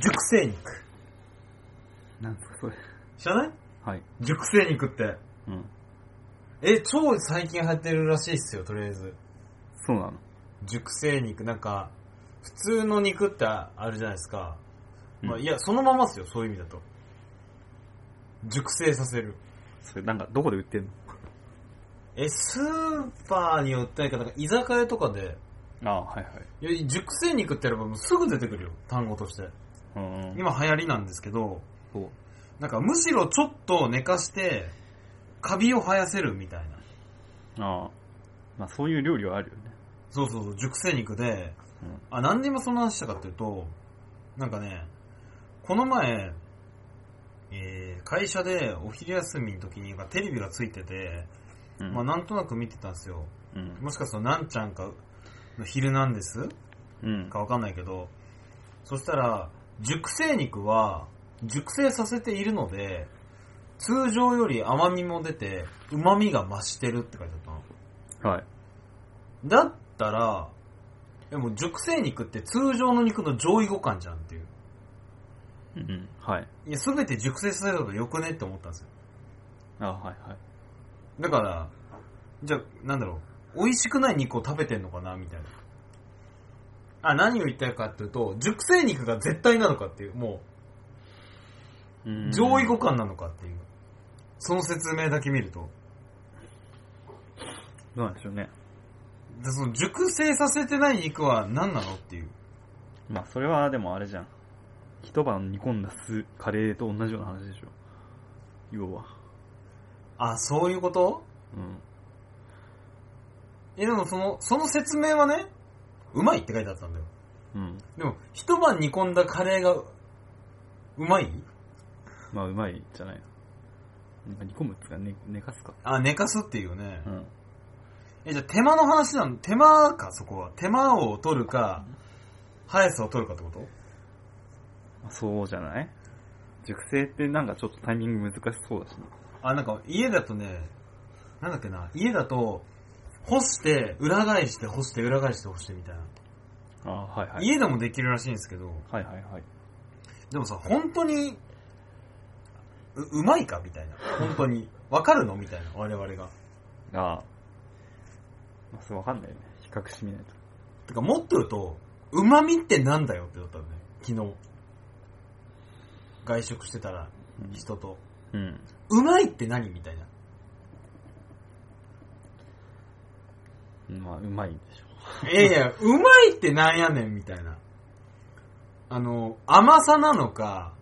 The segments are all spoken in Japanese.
熟成肉。なんですか、それ。知らないはい。熟成肉って。うん。え、超最近流行ってるらしいっすよ、とりあえず。そうなの。熟成肉、なんか、普通の肉ってあるじゃないですか。うんまあ、いや、そのままっすよ、そういう意味だと。熟成させる。それ、なんか、どこで売ってんのえ、スーパーに売ってないか、なんか居酒屋とかで、ああ、はいはい。いや熟成肉ってやればもうすぐ出てくるよ、単語として。うん。今流行りなんですけど、そう。なんかむしろちょっと寝かして、カビを生やせるみたいな。ああ。まあ、そういう料理はあるよね。そうそうそう、熟成肉で、うんあ、なんで今その話したかっていうと、なんかね、この前、えー会社でお昼休みの時にテレビがついてて、うん。まあなんとなく見てたんですよ。うん。もしかするとなんちゃんか、の昼なんですうん。かわかんないけど、そしたら、熟成肉は、熟成させているので、通常より甘みも出て、旨みが増してるって書いてあったの。はい。だったら、でも熟成肉って通常の肉の上位互換じゃんっていう。うん。はい。いや、すべて熟成させた方がよくねって思ったんですよ。ああ、はいはい。だから、じゃあ、なんだろう、美味しくない肉を食べてんのかなみたいな。あ、何を言ったいかっていうと、熟成肉が絶対なのかっていう、もうんう、上位互換なのかっていう。その説明だけ見ると。どうなんでしょうね。で、その熟成させてない肉は何なのっていう。まあ、それはでもあれじゃん。一晩煮込んだ酢、カレーと同じような話でしょ。要は。あ、そういうことうん。え、でもその、その説明はね、うまいって書いてあったんだよ。うん。でも、一晩煮込んだカレーが、うまいまあ、うまいじゃないの。なんか煮込むっていうか、ね、寝かすか。あ、寝かすっていうねう。ん。え、じゃあ手間の話なの手間か、そこは。手間を取るか、速さを取るかってことまあそうじゃない熟成ってなんかちょっとタイミング難しそうだしね。あ、なんか家だとね、なんだっけな、家だと、干して、裏返して、干して、裏返して、干してみたいな。ああ、はいはい。家でもできるらしいんですけど、はいはいはい。でもさ、本当に、う、うまいかみたいな。本当に。わかるのみたいな、我々が。ああ。まあ、そうわかんないよね。比較してみないと。てか、もっと言うと、旨味ってなんだよってだったのね、昨日。外食してたら、人と。うん。うまいって何みたい な。うんまあ、うまいんでしょいやいや、うまいってなんやねんみたいな。あの、甘さなのか、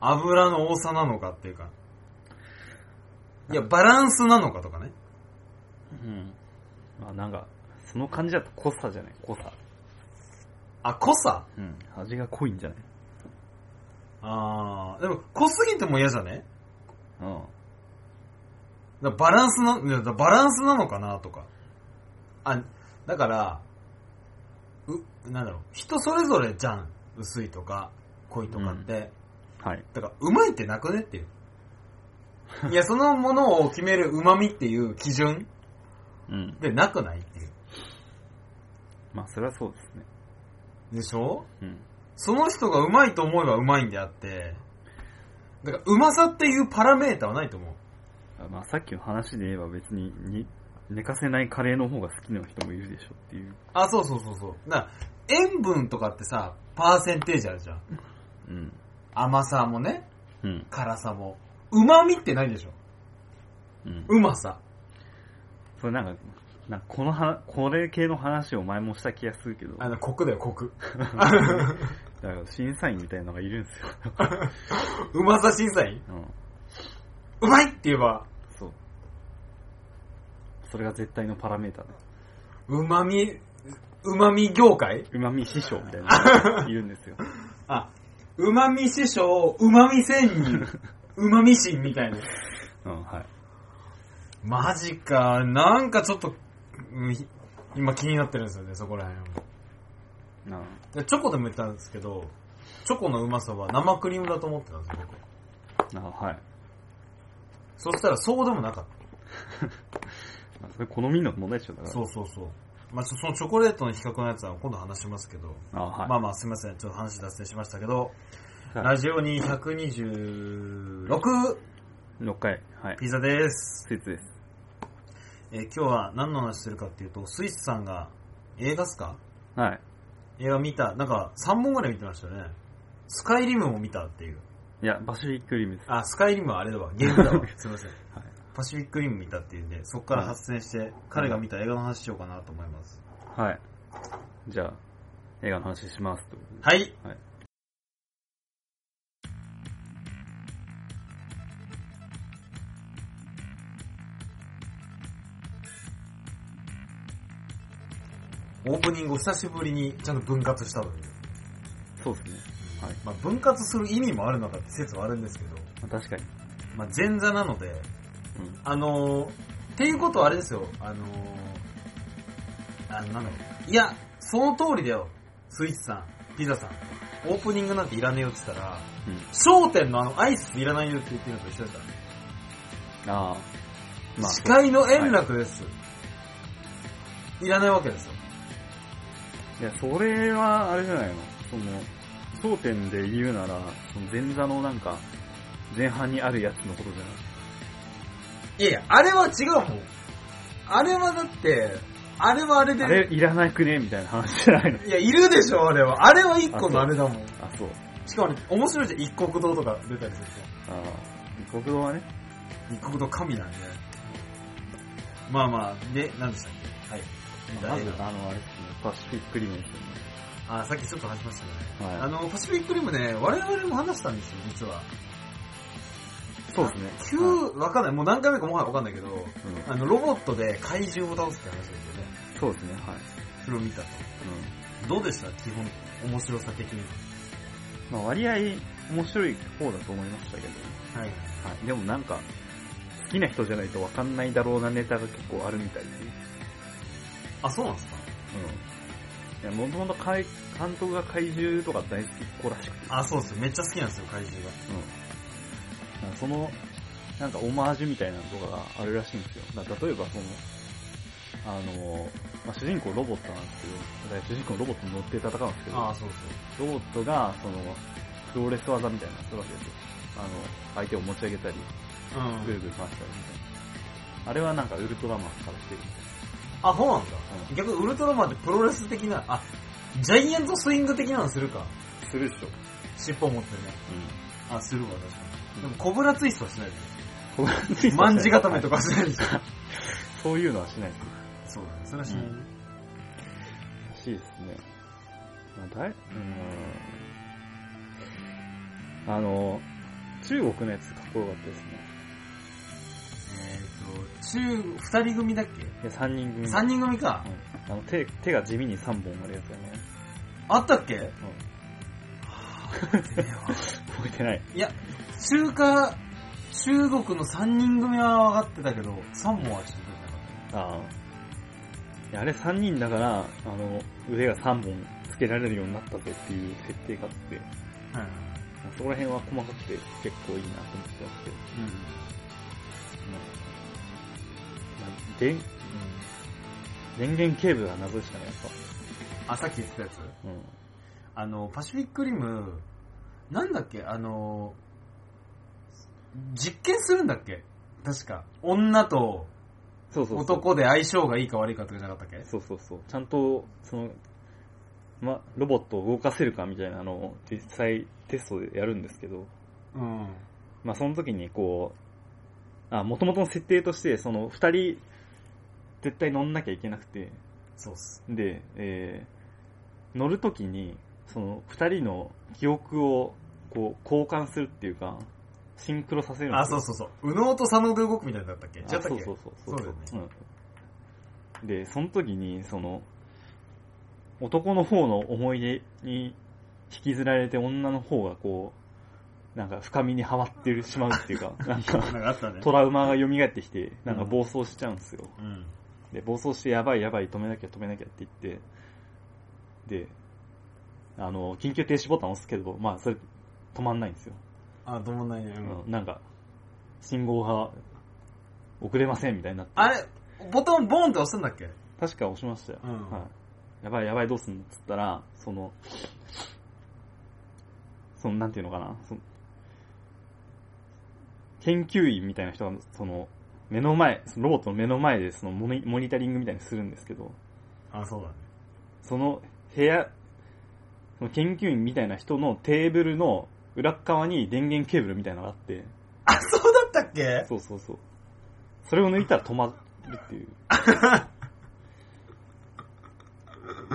油の多さなのかっていうか。いや、バランスなのかとかね。う。うん。まあ、なんか、その感じだと濃さじゃない濃さ。あ、濃さうん。味が濃いんじゃないあー、でも濃すぎても嫌じゃねうん。だからバランスな、いやだからバランスなのかなとか。あ、だから、う、なんだろう、人それぞれじゃん。薄いとか、濃いとかって。はい。だから、うまいってなくねっていう。いや、そのものを決める旨味っていう基準うん。でなくないっていう。まあ、それはそうですね。でしょうん。その人がうまいと思えばうまいんであって、だから、うまさっていうパラメータはないと思う。まあ、さっきの話で言えば別にに寝かせないカレーの方が好きな人もいるでしょっていう。あ、そうそうそうそう。だから、塩分とかってさ、パーセンテージあるじゃん。うん。甘さもね、うん。辛さも。旨味ってないでしょうん。うまさ。それなんか、なんかこのは、これ系の話を前もした気がするけど、あ だかの、コクだよ、コク。ら審査員みたいなのがいるんです よ。うまさ審査員うん。うまいって言えば、そう。それが絶対のパラメーターで。うまみ、うまみ業界うまみ師匠みたいなのがいるんです よ。あ、うまみ師匠、うまみ仙 人、うまみ神みたいな。うん、はい。マジか、なんかちょっと、うんひ今気になってるんですよね、そこら辺うん。で。チョコでも言ったんですけど、チョコのうまさは生クリームだと思ってたんですよ、僕。あはい。そしたらそうでもなかっまあそれ好みの問題でしょ、だかた。ら。そうそうそう。まあ、ちょそのチョコレートの比較のやつは今度話しますけど、あ、はい。まあまあすいません、ちょっと話脱線しましたけど、はいラジオに126 6回。はい。ピザです。スイーツです。えー今日は何の話するかっていうと、スイスさんが映画っすかはい。映画見た、なんか3本ぐらい見てましたよね。スカイリムも見たっていう。いや、バシリックリムです。あ、スカイリムはあれだわ、ゲームだ わ。すいません。はいパシフィックリム見たっていうんで、そこから発生して、彼が見た映画の話しようかなと思います。はい。じゃあ、映画の話しますと。はい。はいオープニングを久しぶりにちゃんと分割したのに、そうですね。はい。まあ、分割する意味もあるのかって説はあるんですけど、まあ、確かに。まあ、前座なので、うん。あのー、っていうことはあれですよ、あのー、あの、なんだろう。いや、その通りだよ。スイーツさん、ピザさん。オープニングなんていらねえよって言ったら、うん。商店のあのアイスいらないよって言ってるのと一緒だった。ああ。まあ、司会の円楽です。い、らないわけですよ。いや、それは、あれじゃないの。その、争点で言うなら、その前座のなんか、前半にあるやつのことじゃない。いやいや、あれは違うもん。あれはだって、あれはあれで、あれいらなくねみたいな話じゃないの。いや、いるでしょ、あれは。あれは一個のあれだもん。あ、そう。しかもね、面白いじゃん、一国堂とか出たりすると。ああ。国道はね。一国堂神なんで。まあまあ、で、なんでしたっけはい。まず、あの、あれですね。パシフィックリムですよね。あ、さっきちょっと話しましたね。はいあの、パシフィックリムね、我々も話したんですよ、実は。そうですね。急、はいわかんない。もう何回目かもはやわかんないけど、うんあの、ロボットで怪獣を倒すって話ですよね。そうですね、はい。それを見たと。どうでした基本、面白さ的に。うん。まあ、割合、面白い方だと思いましたけど。はい。はい。でもなんか、好きな人じゃないとわかんないだろうなネタが結構あるみたいですね。あ、そうなんですかうん。いや、もともと怪監督が怪獣とか大好きっ子らしくて。あ、そうですよ。めっちゃ好きなんですよ、怪獣が。うん。なんかその、なんかオマージュみたいなのとかがあるらしいんですよ。だから例えばその、あの、まあ、主人公ロボットなんですけど、だから主人公ロボットに乗って戦うんですけど、そうそう。ロボットが、その、プロレス技みたいなのするわけですよ。あの、相手を持ち上げたり、うん。ぐるぐる回したりみたいな。あれはなんかウルトラマンからしてる。あ、そうなんだ。う逆にウルトラマンってプロレス的な、あ、ジャイアントスイング的なのするか。するでしょ。尻尾持ってね。うあ、するわ、確かに。うでんも、コブラツイストはしないでん。 しょ。万字固めとかはしないでしょ。そういうのはしないですね。 そうだね、それはしうない。んらしいですね。まあ、だい、うーん。あの、中国のやつかっこよかったですね。えーと、中、二人組だっけいや、3人組。三人組か。うんあの手、手が地味に3本あるやつだよね。あったっ けうねえわん。覚えてない。いや、中華、中国の3人組は分かってたけど、3本はちょっと出てなかっああ。いや、あれ3人だから、あの、腕が3本つけられるようになったぜっていう設定があって、た。まはい。あそこら辺は細かくて結構いいなと思ってますけど。まあ、電、電源ケーブルは謎でしたね、やっぱ。あ、さっき言ってたやつうん。あの、パシフィックリム、なんだっけあの、実験するんだっけ確か。女とそうそうそう。男で相性がいいか悪いかとかじゃなかったっけそうそうそう。ちゃんと、その、ま、ロボットを動かせるかみたいなのを実際テストでやるんですけど、うん。まあ、その時にこう、あ、元々の設定として、その、二人、絶対乗んなきゃいけなくて、そうっす。で、えー乗る時に、その、二人の記憶を、こう、交換するっていうか、シンクロさせるんであ、すそようそうそう。右脳と左脳で動くみたいだったっけ違ったあっけそうそうそうそうだよねうん、でその時にその男の方の思い出に引きずられて女の方がこうなんか深みにはまってるしまうってい うかなんかなんかあったね。トラウマが蘇ってきてなんか暴走しちゃうんですよ、うん。で暴走してやばいやばい止めなきゃ止めなきゃって言ってであの緊急停止ボタンを押すけどまあそれ止まんないんですよあ、どうもないね。うんうんなんか、信号が遅れませんみたいになって。あれ、ボタンボーンって押すんだっけ確か押しましたよ。うんはい、やばいやばいどうすんのっつったら、その、その、なんていうのかな、その研究員みたいな人が、その、目の前、そのロボットの目の前で、そのモニ、モニタリングみたいにするんですけど、あ、そうだね。その部屋、その研究員みたいな人のテーブルの裏っ側に電源ケーブルみたいなのがあって、あ、そうだったっけそうそうそう。それを抜いたら止まるっていう。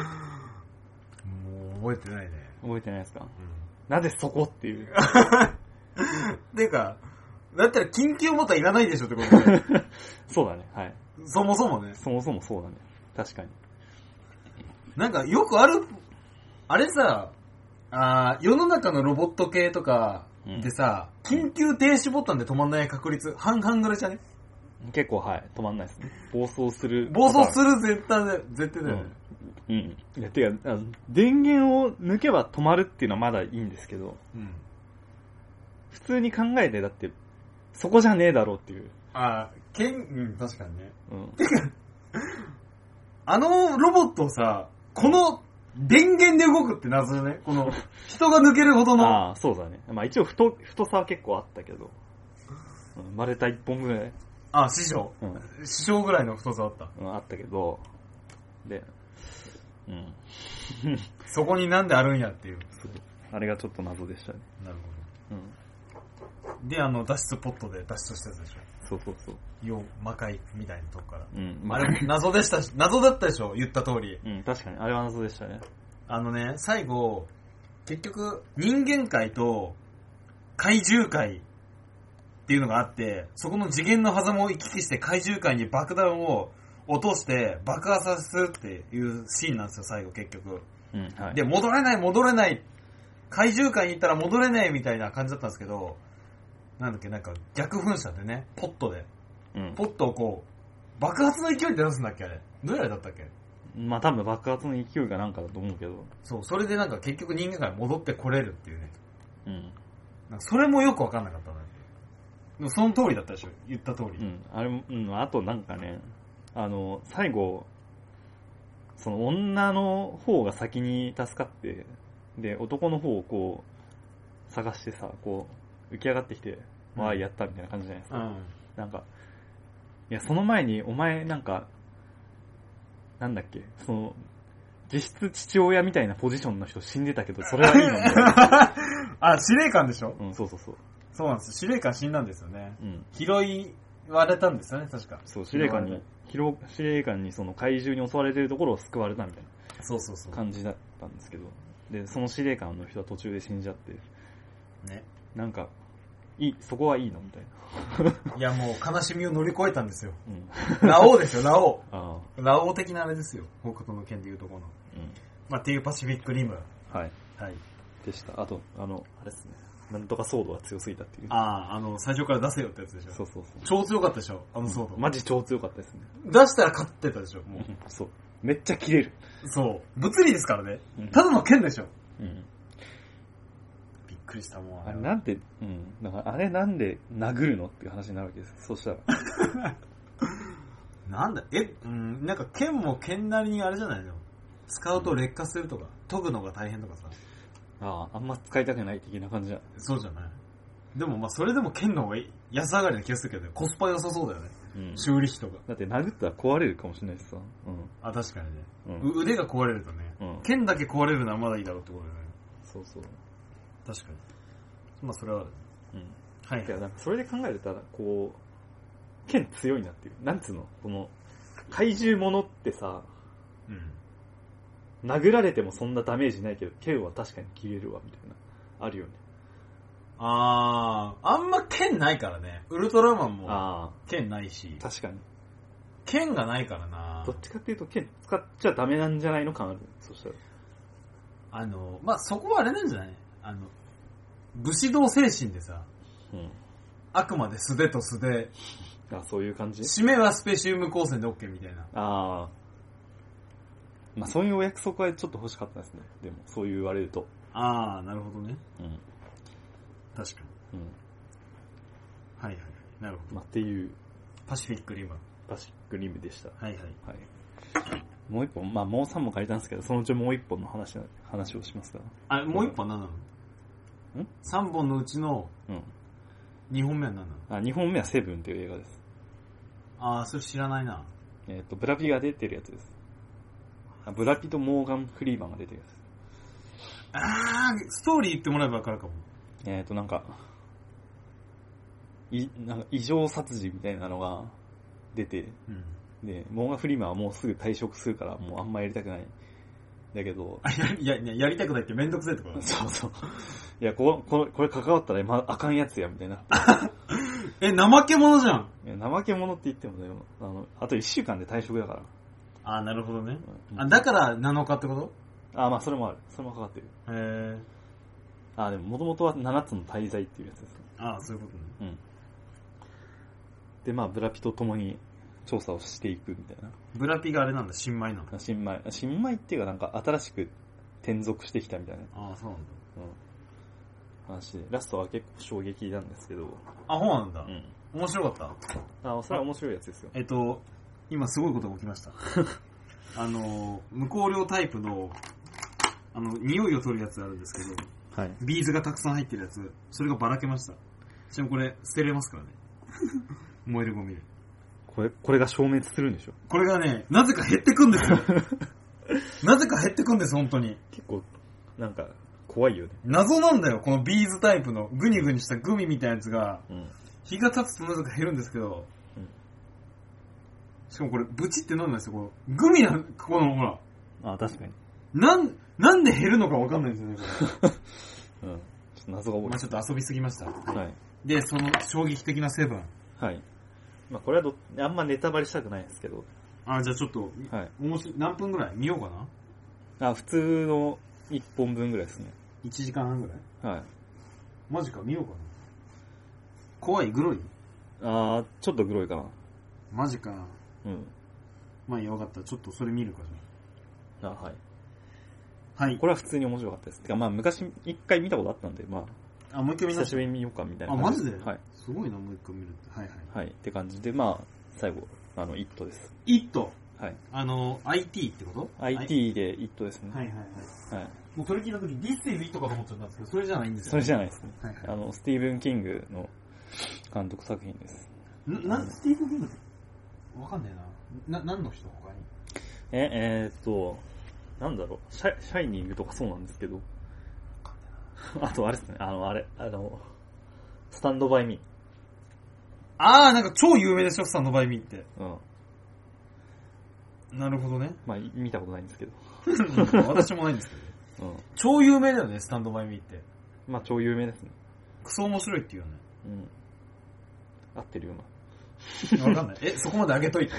もう覚えてないね。覚えてないですかうなぜそこっていう。ん。ていうか、だったら緊急ボタンいらないでしょってこと ねそうだね。はい。そもそもね。そもそもそうだね。確かに。なんかよくある、あれさ、あー世の中のロボット系とかでさ、緊急停止ボタンで止まんない確率、半々ぐらいじゃね結構はい。止まんないですね。暴走する。暴走する。る絶対だよ、絶対うだよね。ん。うん。いや、てか、あの電源を抜けば止まるっていうのはまだいいんですけど、うん。普通に考えて、だって、そこじゃねえだろうっていう。あーけん、うん、確かにね。うん。あのロボットをさ、この電源で動くって謎じゃねこの、人が抜けるほどの。ああ、そうだね。まあ一応太、太さは結構あったけど、うん、生まれた一本ぐらい、あ、師匠。うん、師匠ぐらいの太さだった。うんあったけど、で、うん。そこになんであるんやっていう。そうあれがちょっと謎でしたね。なるうん。ほど。で、あの、脱出ポットで脱出したやつでしそうそうそう。ょ。よう、魔界みたいなとこから。うん。あれ、謎でしたし、謎だったでしょ言った通り。うん、確かに。あれは謎でしたね。あのね、最後、結局、人間界と怪獣界っていうのがあって、そこの次元の狭間を行き来して怪獣界に爆弾を落として爆破させるっていうシーンなんですよ、最後結局。うん、はい。で、戻れない、戻れない。怪獣界に行ったら戻れないみたいな感じだったんですけど、なんだっけ、なんか逆噴射でね、ポットで。うんポ。ットをこう、爆発の勢いで出すんだっけ、あれ。どうやらだったっけまあ多分爆発の勢いがなんかだと思うけど、そう、それでなんか結局人間界に戻ってこれるっていうね。うん。なんかそれもよくわかんなかったな。でもその通りだったでしょ言った通り。うん。あれも、うん、あとなんかね、あの、最後、その女の方が先に助かって、で、男の方をこう、探してさ、こう、浮き上がってきて、うんわーいやったみたいな感じじゃないですか。うん。なんか、いや、その前に、お前、なんか、なんだっけ、その、実質父親みたいなポジションの人死んでたけど、それはいいのみたい な。あ、司令官でしょうん、そうそうそう。そうなんです。司令官死んだんですよね。うん。拾い割れたんですよね、確か。そう、司令官に、広司令官にその怪獣に襲われてるところを救われたみたいそうそうそな感じだったんですけど、で、その司令官の人は途中で死んじゃって、う。ね。なんか、いい、そこはいいのみたいな。いやもう悲しみを乗り越えたんですよ。うん。ラオウですよ、ラオああ、ウ。ラオウ的なあれですよ。北斗の剣でいうところの。うん。まあ、っていうパシフィックリム。はい。はい。でした。あと、あの、あれですね。なんとか騒動が強すぎたっていう。ああ、あの、最初から出せよってやつでしそょ。うそうそう。超強かったでしょ、あのソード。マジ超強かったですね。出したら勝ってたでしょ、もう。そう。めっちゃ切れる。そう。物理ですからねうん。ただの剣でしょ。うん。びっくりしたもん。あれはなんで、うん。だからあれなんで殴るのっていう話になるわけです。そしたら。なんだ、え、うん、なんか剣も剣なりにあれじゃないの使うと劣化するとか、研ぐのが大変とかさ。ああ、あんま使いたくない的な感じだ。そうじゃないでもまあそれでも剣の方がいい安上がりな気がするけど、コスパ良さそうだよね。うん修理費とか。だって殴ったら壊れるかもしれないしさ。うあ、確かにね。ん。うん。う腕が壊れるとね、うん。剣だけ壊れるのはまだいいだろうってことだよね。そうそう。確かに。まあそれはある。うん。はいいや、なんかそれで考えると、こう、剣強いなっていう。なんつうのこの、怪獣ものってさ、うん。殴られてもそんなダメージないけど、剣は確かに切れるわ、みたいな。あるよね。あー、あんま剣ないからね。ウルトラマンもあ剣ないしあ、、確かに。剣がないからなどっちかっていうと剣使っちゃダメなんじゃないの感ある。そしたら。あの、まあそこはあれなんじゃないあの、武士道精神でさ、うん。あくまで素手と素手、あそういう感じ締めはスペシウム光線で OK みたいな。ああ。まあそういうお約束はちょっと欲しかったですね。でも、そう言われると。あー、なるほどね。うん。確かに。うん。はいはい。なるほど。まあっていう、パシフィックリム。パシックリムでした。はいはい。はい。もう一本、まあもう三本借りたんですけど、そのうちもう一本の話な、話をしますかあ、もう一本は何なのん ?3 本のうちのら。うん。 2本目は何なのあ、二本目はセブンっていう映画です。あー、それ知らないな。えっ、と、ブラピが出てるやつです。あブラピとモーガン・フリーマンが出てるやつです。あー、ストーリー言ってもらえばわかるかも。えっ、と、なんか、い、なんか異常殺人みたいなのが出て、うん。で、モーガン・フリーマンはもうすぐ退職するから、もうあんまやりたくない。だけど、あ、や、いや、いややりたくないってめんどくせえってことそうそう。いや、こここれ関わったら、まあ、あかんやつや、みたいな。 え、怠け者じゃん。いや怠け者って言ってもね、あの、あと1週間で退職だから。あー、なるほどね。うんあ、だから7日ってこあ、まあ、それもある。それもかかってる。とへー。あ、でも、もともとは7つの滞在っていうやつですね。あー、そういうことね。うん。で、まあ、ブラピと共に調査をしていくみたいブラピがあれなんだ、新米なの。な。新米。新米っていうか、なんか、新しく転属してきたみたいな、うん、あー、そうなんだ。話で。ラストは結構衝撃なんですけど。あ、そうなんだ。うん。面白かっあ、それは面白いやつですよた。。えっと、今すごいことが起きました。 あの、無香料タイプの、あの、匂いを取るやつあるんですけど、はい。ビーズがたくさん入ってるやつ、それがばらけました。しかもこれ、捨てれますからね。燃えるゴミで。これ、これが消滅するんでしょこれがね、なぜか減ってくんですよ。なぜか減ってくんです、本当に。結構、なんか、怖いよね。謎なんだよ、このビーズタイプの、グニグニしたグミみたいなやつが、うん。日が経つとなぜか減るんですけど、うんしかもこれ、ブチってなんないですよ、この。グミなん、ここのほら、あ、確かに。なん、なんで減るのかわかんないですよね、こうん。ちょっと謎が多れ。いまあ。ちょっと遊びすぎました。はい。で、その衝撃的なセブン。はい。まあ、これはど、あんまネタバレしたくないですけど。あ、じゃあちょっと、はい。面白い何分ぐらい見ようかなあ、普通の1本分ぐらいですね。 1時間半ぐらいはい。マジか見ようかな怖いグロいあー、ちょっとグロいかな。マジかうん。まあいいや分かったちょっとそれ見るかじあ、はい。ゃあはいこれは普通に面白かったです。てか、まあ、昔、一回見たことあったんで、まあもう一あ、回見久まししょぶりに見ようか、みたいなあ感マじジで、はい。すごいなもう一回見るってはいははい。って感じで、まあ、最後、あの、イットです。い「IT」はい。あの IT ってこと IT でイットですね。はいはいはいはいはい。もうそれ聞いた時「This is it」かと思っちゃったんですけどそれじゃないんですよそれじゃないですね。はいはあの、スティーブン・キングの監督作品です。いななんスティーブ・ビングわかんねえなな何の人他にえ、えーっと、なんだろう、シャイシャイニングとかそうなんですけど、あとあれですね、あの、あれ、あの、スタンドバイミああなんか超有名でしょスタンドバイミーってー。うん。なるほ どねまあ、い見たことないんですけど。私もないんですけどうん。超有名だよねスタンドバイミーってまあ、超有名ですね。クソ面白いっていうよねうん。合ってるような。わかんない。え、そこまで上げといて。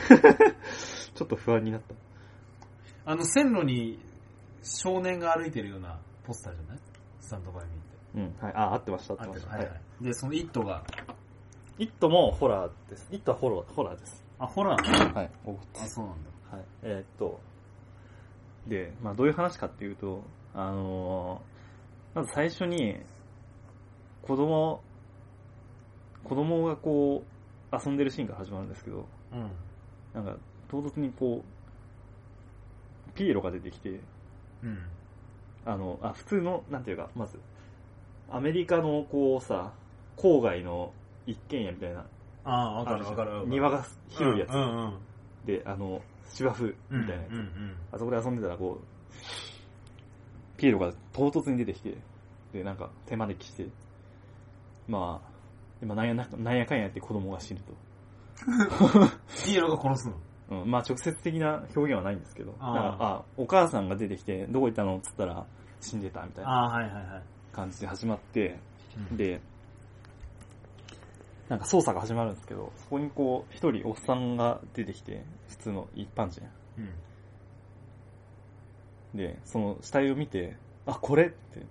ちょっと不安になった。あの、線路に少年が歩いてるようなポスターじゃないスタンドバイミーって。うん。はい。あ、合ってました、合あっってまてしたた。はいは。はいで、そのイットが、い。イットもホラーです。イットはホラー、ホラーです。あ、ホラーはい。おあ、そうなんだ。はい。えーっと、で、まあ、どういう話かっていうと、あのーまず最初に、子供、子供がこう、遊んでるシーンから始まるんですけど、うん。なんか、唐突にこう、ピエロが出てきて、うん。あの、あ、普通の、なんていうか、まず、アメリカのこうさ、郊外の一軒家みたいな、ああ、わかるわかるわかる。庭が広いやうんうんつで、あの、芝生うん。みたいなやつ。うんうんあそこで遊んでたらこう、ピエロが唐突に出てきて、で、なんか手招きして、まあ、今なんやななんやかんやって子供が死ぬピエロが殺すの。と。うん、まあ直接的な表現はないんですけど、あーなんかあ、お母さんが出てきて、どこ行ったのっつったら、死んでたみたいなああ、はいはいはい。感じで始まって、うん、で、なんか捜査が始まるんですけど、そこにこう、一人おっさんが出てきて、普通の一般人。うん。で、その死体を見て、あ、これって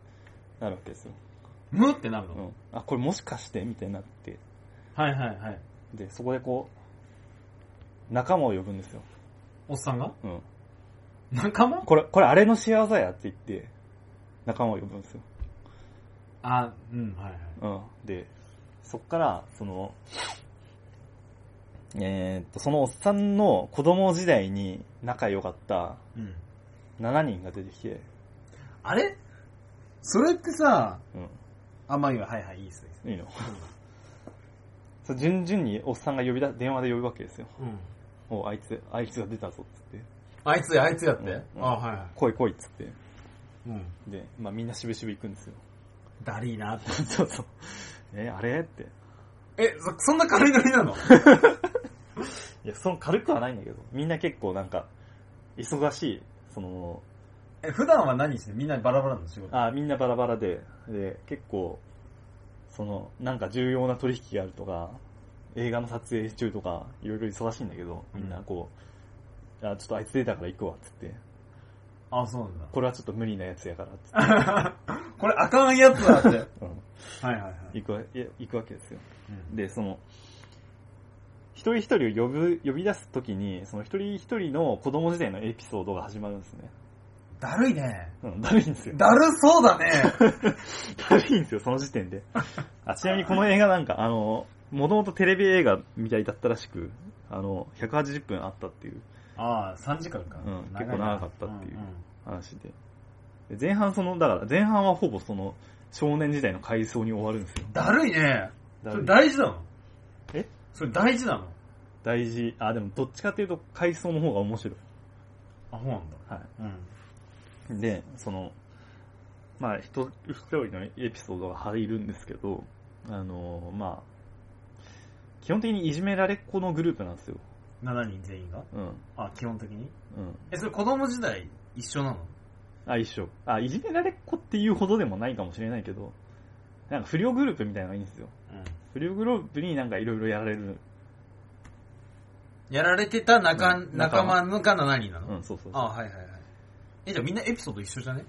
なるわけですよ。むってなるの、うん、あこれもしかしてみたいになってはいはいはい。でそこでこう仲間を呼ぶんですよ、おっさんがうん、仲間これこれあれの仕業やって言って仲間を呼ぶんですよ、あうん、はいはい。うん、でそっからそのえーっと、そのおっさんの子供時代に仲良かったうん。 7人が出てきて、あれそれってさ、うあ、まあいいわ、はいはい、いいですいいですん、いいの。そう順々におっさんが呼びだ、電話で呼ぶわけですよ。うん。おうあいつ、あいつが出たぞ、つって。あいつや、あいつやって。うんあ、はいは来い来い、つって。い。うん。で、まあみんなしぶしぶ行くんですよ。だりーなって。そうそう。え、あれって。え、そ、そんな軽いノリなのいや、その軽くはないんだけど、みんな結構なんか、忙しい、その、 え、普段は何してみんなバラバラなの仕事。あみんなバラバラで、で、結構、その、なんか重要な取引があるとか、映画の撮影中とか、いろいろ忙しいんだけど、みんなこう、あ、ちょっとあいつ出たから行くわ、つって。あ、そうなんだ。これはちょっと無理なやつやから、つっこれあかんやつ だって。はいて。うんはいはい。行くわ、いや行くわけですよ。うんで、その、一人一人を呼ぶ、呼び出すときに、その一人一人の子供時代のエピソードが始まるんですね。だるいね。うん、だるい んですよ。だるそうだね。だるいんですよ、その時点で。あちなみにこの映画なんか、あの、もともとテレビ映画みたいだったらしく、あの、180分あったっていう ああ、3時間か。うんいな結構長かったっていうん話で。で前半その、だから、前半はほぼその、少年時代の回想に終わるんですよ。んだるいね。だそるれい大事なのえそれ大事なの大事。あ、でもどっちかっていうと回想の方が面白い。あ、そうなんだ。はい。うん。で、その、まあ、一人一人のエピソードが入るんですけど、あの、まあ、基本的にいじめられっ子のグループなんですよ。 7人全員がうん。あ、基本的にうん。え、それ子供時代一緒なのあ、一緒。あ、いじめられっ子っていうほどでもないかもしれないけど、なんか不良グループみたいなのがいいんですよ。うん。不良グループになんかいろいろやられる。やられてた仲、うん仲間のが7人なのうん、そうそうそう。あはいはいはい。え、じゃあみんなエピソード一緒じゃね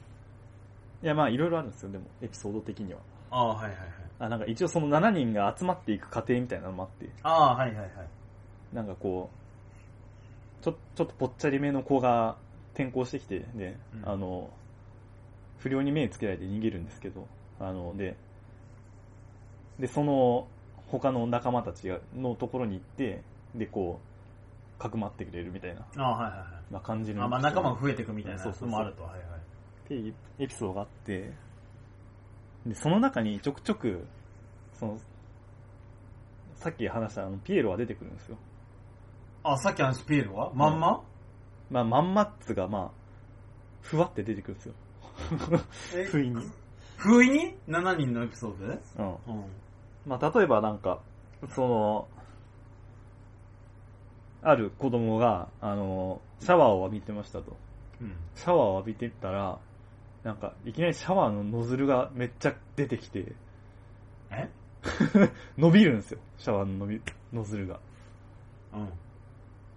いや、まあいろいろあるんですよ、でも、エピソード的には。あはいはいはい。あ、なんか一応その7人が集まっていく過程みたいなのもあって、あはいはいはい。なんかこう、ちょちょっとぽっちゃりめの子が転校してきて、で、うんあの、不良に目つけられて逃げるんですけど、あの、で、で、その、他の仲間たちがのところに行って、で、こう、かくまってくれるみたいな、あはいはいはい。まあ、感じの。あ、まあ仲間が増えていくみたいなそうことそうそうもあると。はいはい。っていうエピソードがあって、で、その中にちょくちょく、その、さっき話したあの、ピエロが出てくるんですよ。あ、さっきの話ピエロはまんま、まあ、まんまっつが、まあ、ふわって出てくるんですよ。え不意に。不意に ?7 人のエピソードでうん。うん。まあ、例えばなんか、その、ある子供が、あの、シャワーを浴びてましたと。うん。シャワーを浴びてったら、なんか、いきなりシャワーのノズルがめっちゃ出てきて、え伸びるんですよ。シャワーの伸び、ノズルが。うん。うん。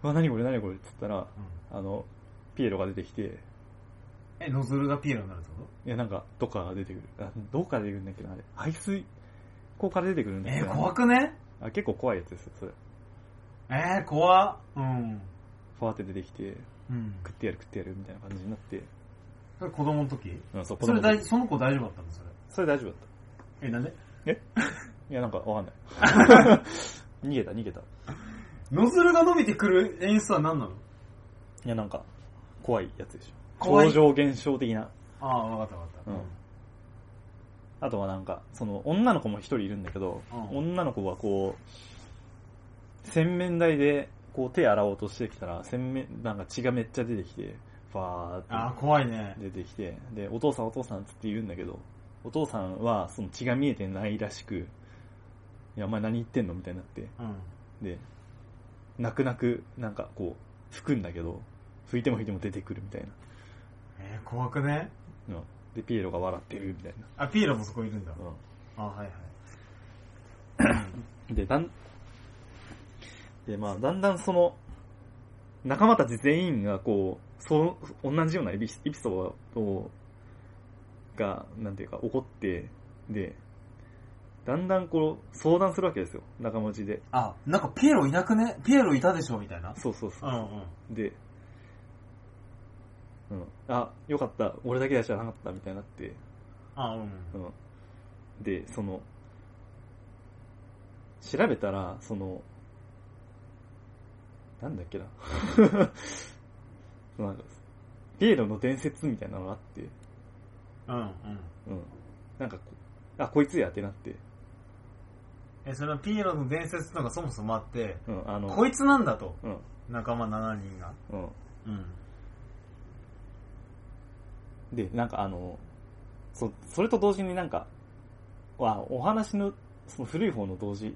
うわ、何これ何これって言ったら、あの、ピエロが出てきて、え、ノズルがピエロになるってこいや、なんか、どっから出てくる。あどっから出てくるんだっけな、あれ。排水口から出てくるんとだっえけー、な。怖くねあ結構怖いやつですよ、それ。えー、怖っうん。ふわって出てきて、うん。食ってやる食ってやるみたいな感じになって。それ子供の時うん、そそれう子供の大時事、その子大丈夫だったのそれ。それ大丈夫だっえ、なんでた。いや、なんかわかん ない。逃げた、逃げた。いノズルが伸びてくる演出は何なのや、なんか、怖いやつでしょ。怖い超常現象的な。ああ、わかったわかった。うんあとはなんか、その、女の子も一人いるんだけど、うん女の子はこう、洗面台で、こう手洗おうとしてきたら、洗面、なんか血がめっちゃ出てきて、ファあーあ、って怖いね。出てきて、で、お父さんお父さんっつって言うんだけど、お父さんはその血が見えてないらしく、いや、お前何言ってんのみたいになって、うん。で、泣く泣く、なんかこう、拭くんだけど、拭いても拭いても出てくるみたいえー、怖くねな。うんで、ピエロが笑ってるみたいあ、ピエロもそこいるんだな。。うんあはいはい。で、だん、で、まあ、だんだんその、仲間たち全員がこう、そう、同じようなエピエピソードをが、なんていうか、起こって、で、だんだんこう、相談するわけですよ、仲間内で。あ、なんかピエロいなくねピエロいたでしょみたいな。そうそうそう。ん。で、うん、あ、よかった、俺だけじゃなかった、みたいになって、あうん。うん。で、その、調べたら、その、なんだっけな。 なんか、ゲイロの伝説みたいなのがあって、うんうん。うん。なんかこ、あ、こいつやってなって、え、それはピエロの伝説とかそもそもあって、うん、あの、こいつなんだと、うん、仲間7人が。うん。うん。で、なんかあの、そそれと同時になんか、はお話の、その古い方の同時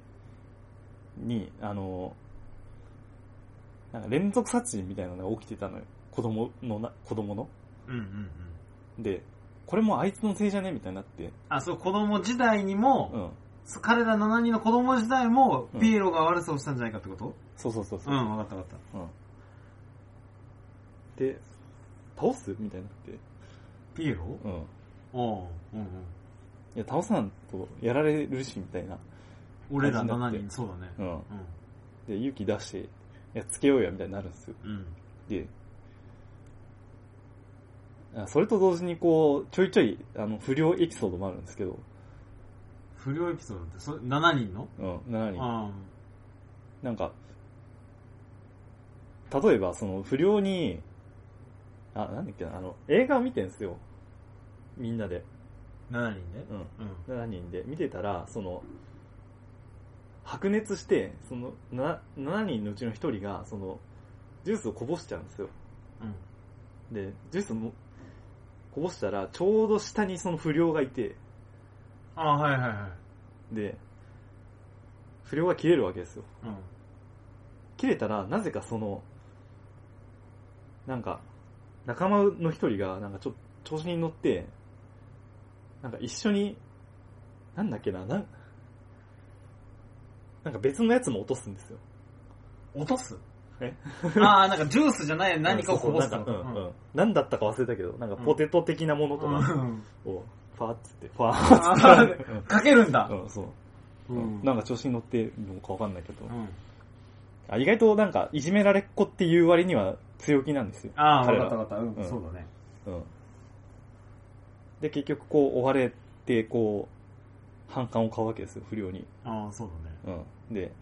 に、あの、なんか連続殺人みたいなのが起きてたのよ。子供のな、子供の。うんうんうん。で、これもあいつのせいじゃねみたいになって、あ、そう、子供時代にうも、ん。彼ら7人の子供時代もう、んピエロが悪さをしたんじゃないかってことそうそうそうそうう。ん、わかったわかっうん。で、倒すみたいになって。た。ピエロうん。おううんうん。いや、倒さんとやられるし、みたいな。俺ら感じになって7人、そうだね。うん。うん。で、勇気出して、やっつけようや、みたいになるんですよ。うん。で、あそれと同時にこう、ちょいちょい、あの、不良エピソードもあるんですけど、不良エピソードって、それ7人のうん、7う人。ん。なんか、例えば、その、不良に、あ、なんだっけな、あの、映画を見てんすよ。みんなで。 7人でうん。うん。 7人で見てたらその白熱してそのな7人のうちの1人がそのジュースをこぼしちゃうんですようん。でジュースもこぼしたらちょうど下にその不良がいてあ、はいはいはい。で不良が切れるわけですようん。切れたらなぜかそのなんか仲間の1人がなんかちょ調子に乗ってなんか一緒になんだっけななんなんか別のやつも落とすんですよ落とすえ ああ、なんかジュースじゃない何かをこぼすそうのそうなんかうんうん何だったか忘れたけど、なんかポテト的なものとうんかうんを、ファーっつって、ファーっつってかけるんだう。ん。うん、そう。うん。なんか調子に乗ってるのかわかんないけど、うんあ。意外となんか、いじめられっ子っていう割には強気なんですよ。ああ、わ彼からったわかった。う、うんんそうだね。うん。で、結局こう、追われて、こう、反感を買うわけですよ、不良に。ああ、そうだね。うん。で、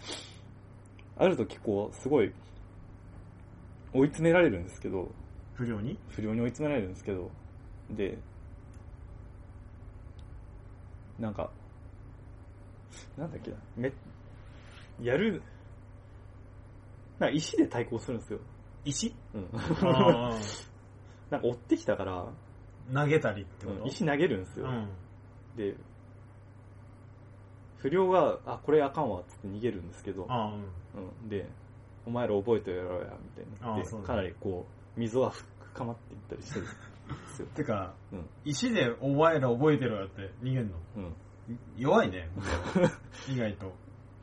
ある時こう、すごい、追い詰められるんですけど、不良に不良に追い詰められるんですけど、で、なんか、なんだっけな、め、やる、なんか石で対抗するんですよ。石うん。ああ なんか追ってきたから、 投げたりってこうとん石投げるんですうよ。ん。で、不良が、あ、これあかんわ、つって逃げるんですけど、ああ、うん。うん、で、お前ら覚えてやろうや、みたいにあなって、そうだね。かなりこう、溝は深まっていったりしてるんですよ てかうん、石でお前ら覚えてるやって逃げんのうん。弱い ね。意外と。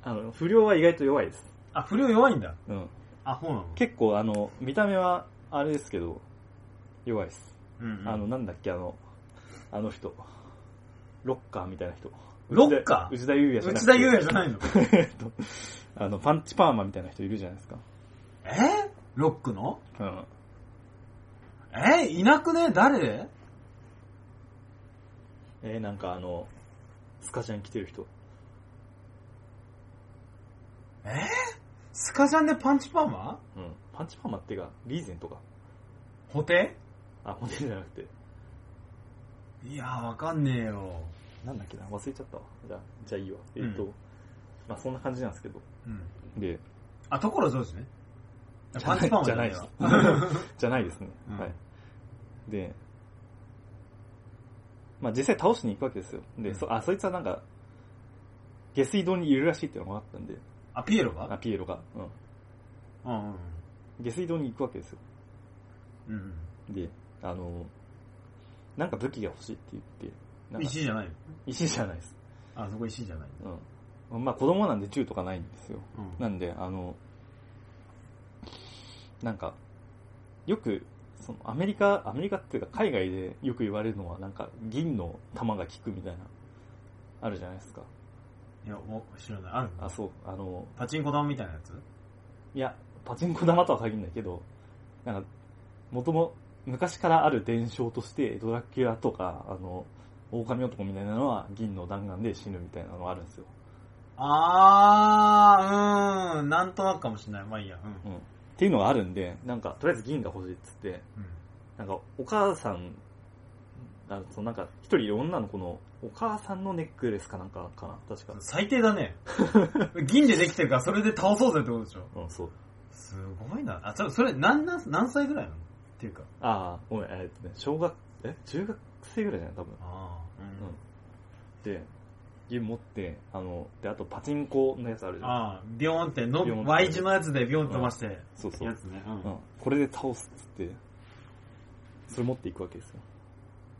あの、不良は意外と弱いです。あ、不良弱いんだ。うん。あ、そうなの結構あの、見た目は、あれですけど、弱いです。うんうんあの、なんだっけ、あの、あの人。ロッカーみたいな人。ロッカー内田優也内田優也じゃないないの えっとあの、パンチパーマみたいな人いるじゃないですか。えロックのうん。えいなくね誰えーなんかあの、スカジャン着てる人。スカジャンでパンチパーマうん。パンチパーマっていうか、リーゼントか。ホテあ、モデルじゃなくて。いやー、わかんねえよ。なんだっけな、忘れちゃったわ。じゃあ、じゃあいいわ。えっ、と、うんまあそんな感じなんですけど。うん。で、あ、ところジョージね。じパゃンなチいパーマじゃないえですわ。じゃないですね。うんはい。で、まあ実際倒しに行くわけですよ。うんで、そあ、そいつはなんか、下水道にいるらしいっていうのが分かったんで、あ、ピエロあ、がピエロが。ううんん。下水道に行くわけですよ。うん。うんで、あの、なんか武器が欲しいって言って、う。なんんか石じゃないの石じゃないです。あ、そこ石じゃないうん。まあ子供なんで銃とかないんですよ。のうん。なんで、あの、なんか、よく、そのアメリカ、アメリカっていうか海外でよく言われるのは、なんか銀の玉が効くみたいな、あるじゃないですか。いや、お知らない。あるのあ、そう、あの、パチンコ玉みたいなやついや、パチンコ玉とは限らないけど、なんか、もとも、昔からある伝承として、ドラキュラとか、あの、狼男みたいなのは銀の弾丸で死ぬみたいなのがあるんですよ。あー、うーん。なんとなくかもしれない。まあいいや。うん。うん。っっていうのがあるんで、なんか、とりあえず銀が欲しいっつって、なんか、お母さん、あそのなんか、一人いる女の子の、お母さんのネックレスかなんかかな、確かうん。。最低だ ね。銀でできてるから、それで倒そうぜってことでしょ。うん、そう。すごいな。あ、それ、それ、何、何何歳ぐらいなのっていうか。ああ、ごめん、えーっとね、小学、え中学生ぐらいじゃない多分。ああ、うんで、家持って、あの、で、あとパチンコのやつあるじゃん。ああ、ビョーンってのビョーンっ、て Y 字のやつでビョーンって飛ばして、そうそう。やつね。ううんん。、これで倒すっつって、それ持っていくわけですよ。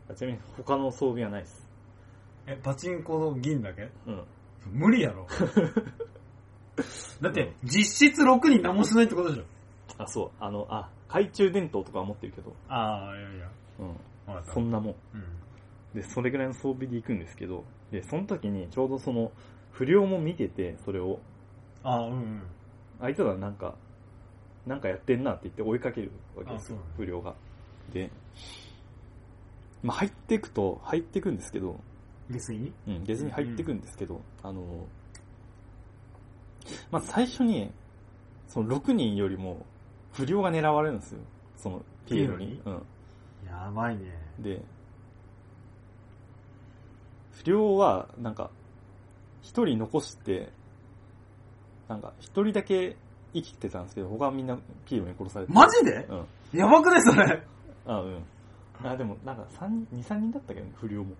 あちなみに他の装備はないです。え、パチンコの銀だけうん。無理やろ。だって、実質6人何もしないってことでしょ。あ、そう、あの、あ、懐中電灯とかは持ってるけど、ああ、いやいや。うん。わかった。そんなもん。うん。で、それぐらいの装備で行くんですけど、で、その時にちょうどその、不良も見てて、それを、ああ、うんうん。あいつらなんか、なんかやってんなって言って追いかけるわけですあそようなんだ、不良が。で、まあ入っていくと、入っていくんですけど、下水にうん、別に入っていくんですけど、あの、まあ最初に、その6人よりも、不良が狙われるんですよ。その、ピエロに。ピうん。やばいね。で、不良は、なんか、一人残して、なんか、一人だけ生きてたんですけど、他はみんなピエロに殺されて。マジでうん。やばくね、それ。あ、うん。あ、でも、なんか、三人、二、三人だったけどね、不良も。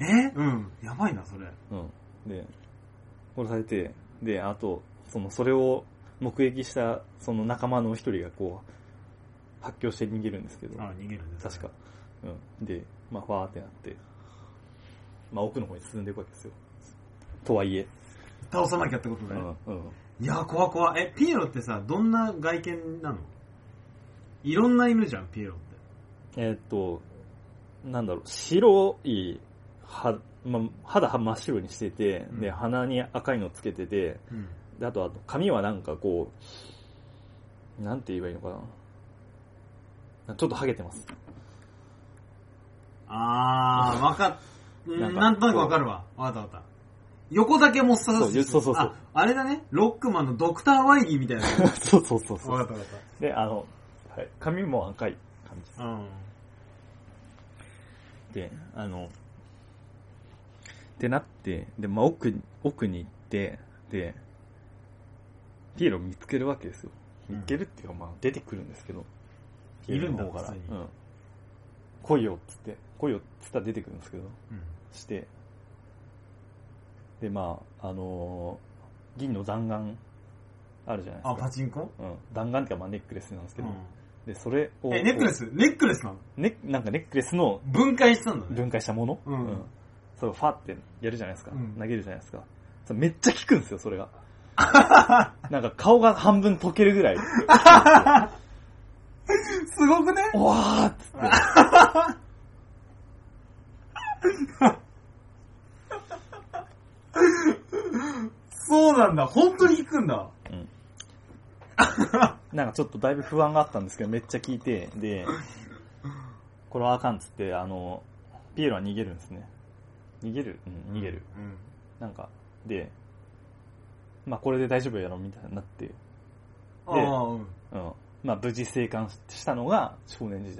えうん。やばいな、それ。うん。で、殺されて、で、あと、その、それを目撃した、その仲間の一人がこう、発狂して逃げるんですけど。ああ、逃げるね。確か。。うん。で、まあ、わーってなって、まあ、奥の方に進んでいくわけですよ。とはいえ。倒さなきゃってことうだよ。ん。うん。いやー、怖怖。え、ピエロってさ、どんな外見なのいろんな犬じゃん、ピエロって。えーっと、なんだろう、白い、は、まあ、肌は真っ白にしてて、うんで、鼻に赤いのつけてて、うん。であと、あと髪はなんかこう、なんて言えばいいのかな。ちょっとハゲてます。あー、わかっ、ななんんかなんとなくわかるわ。わかったわかった。横だけもっさらそうそうそうそうあ、あれだね。ロックマンのドクターワイギーみたいな。わ そうそうそうそかったわう。かっで、あの、はい、髪も赤い感じですた。うん。で、あの、ってなって、で、まあ、奥に、奥に行って、で、ピエロ見つけるわけですよ。うん見つけるっていうか、まあ、出てくるんですけど、ピエロの方かいら。るんうだん。来いよっつって、来いよっつったら出てくるんですけど、うん。して、で、まあ、あのー銀の弾丸、あるじゃないですあ、か。パチンコうん。弾丸っていうか、まあ、ネックレスなんですけうど、ん。で、それを、え、ネックレスネックレスなのね、なんかネックレスの分解したんだね。分解したもの、うんそれをファってやるじゃないですか、うん投げるじゃないですかそれめっちゃ効くんですよそ れがなんか顔が半分溶けるぐらいすごくねおわーっつってそうなんだ。本当に効くんだ。なんかちょっとだいぶ不安があったんですけどめっちゃ効いてでこれはあかんっつってあのピエロは逃げるんですね逃げるうん逃げる、。うん。なんかでまあこれで大丈夫やろみたいになって、ああ、うん。うんまあ、無事生還したのが少年時代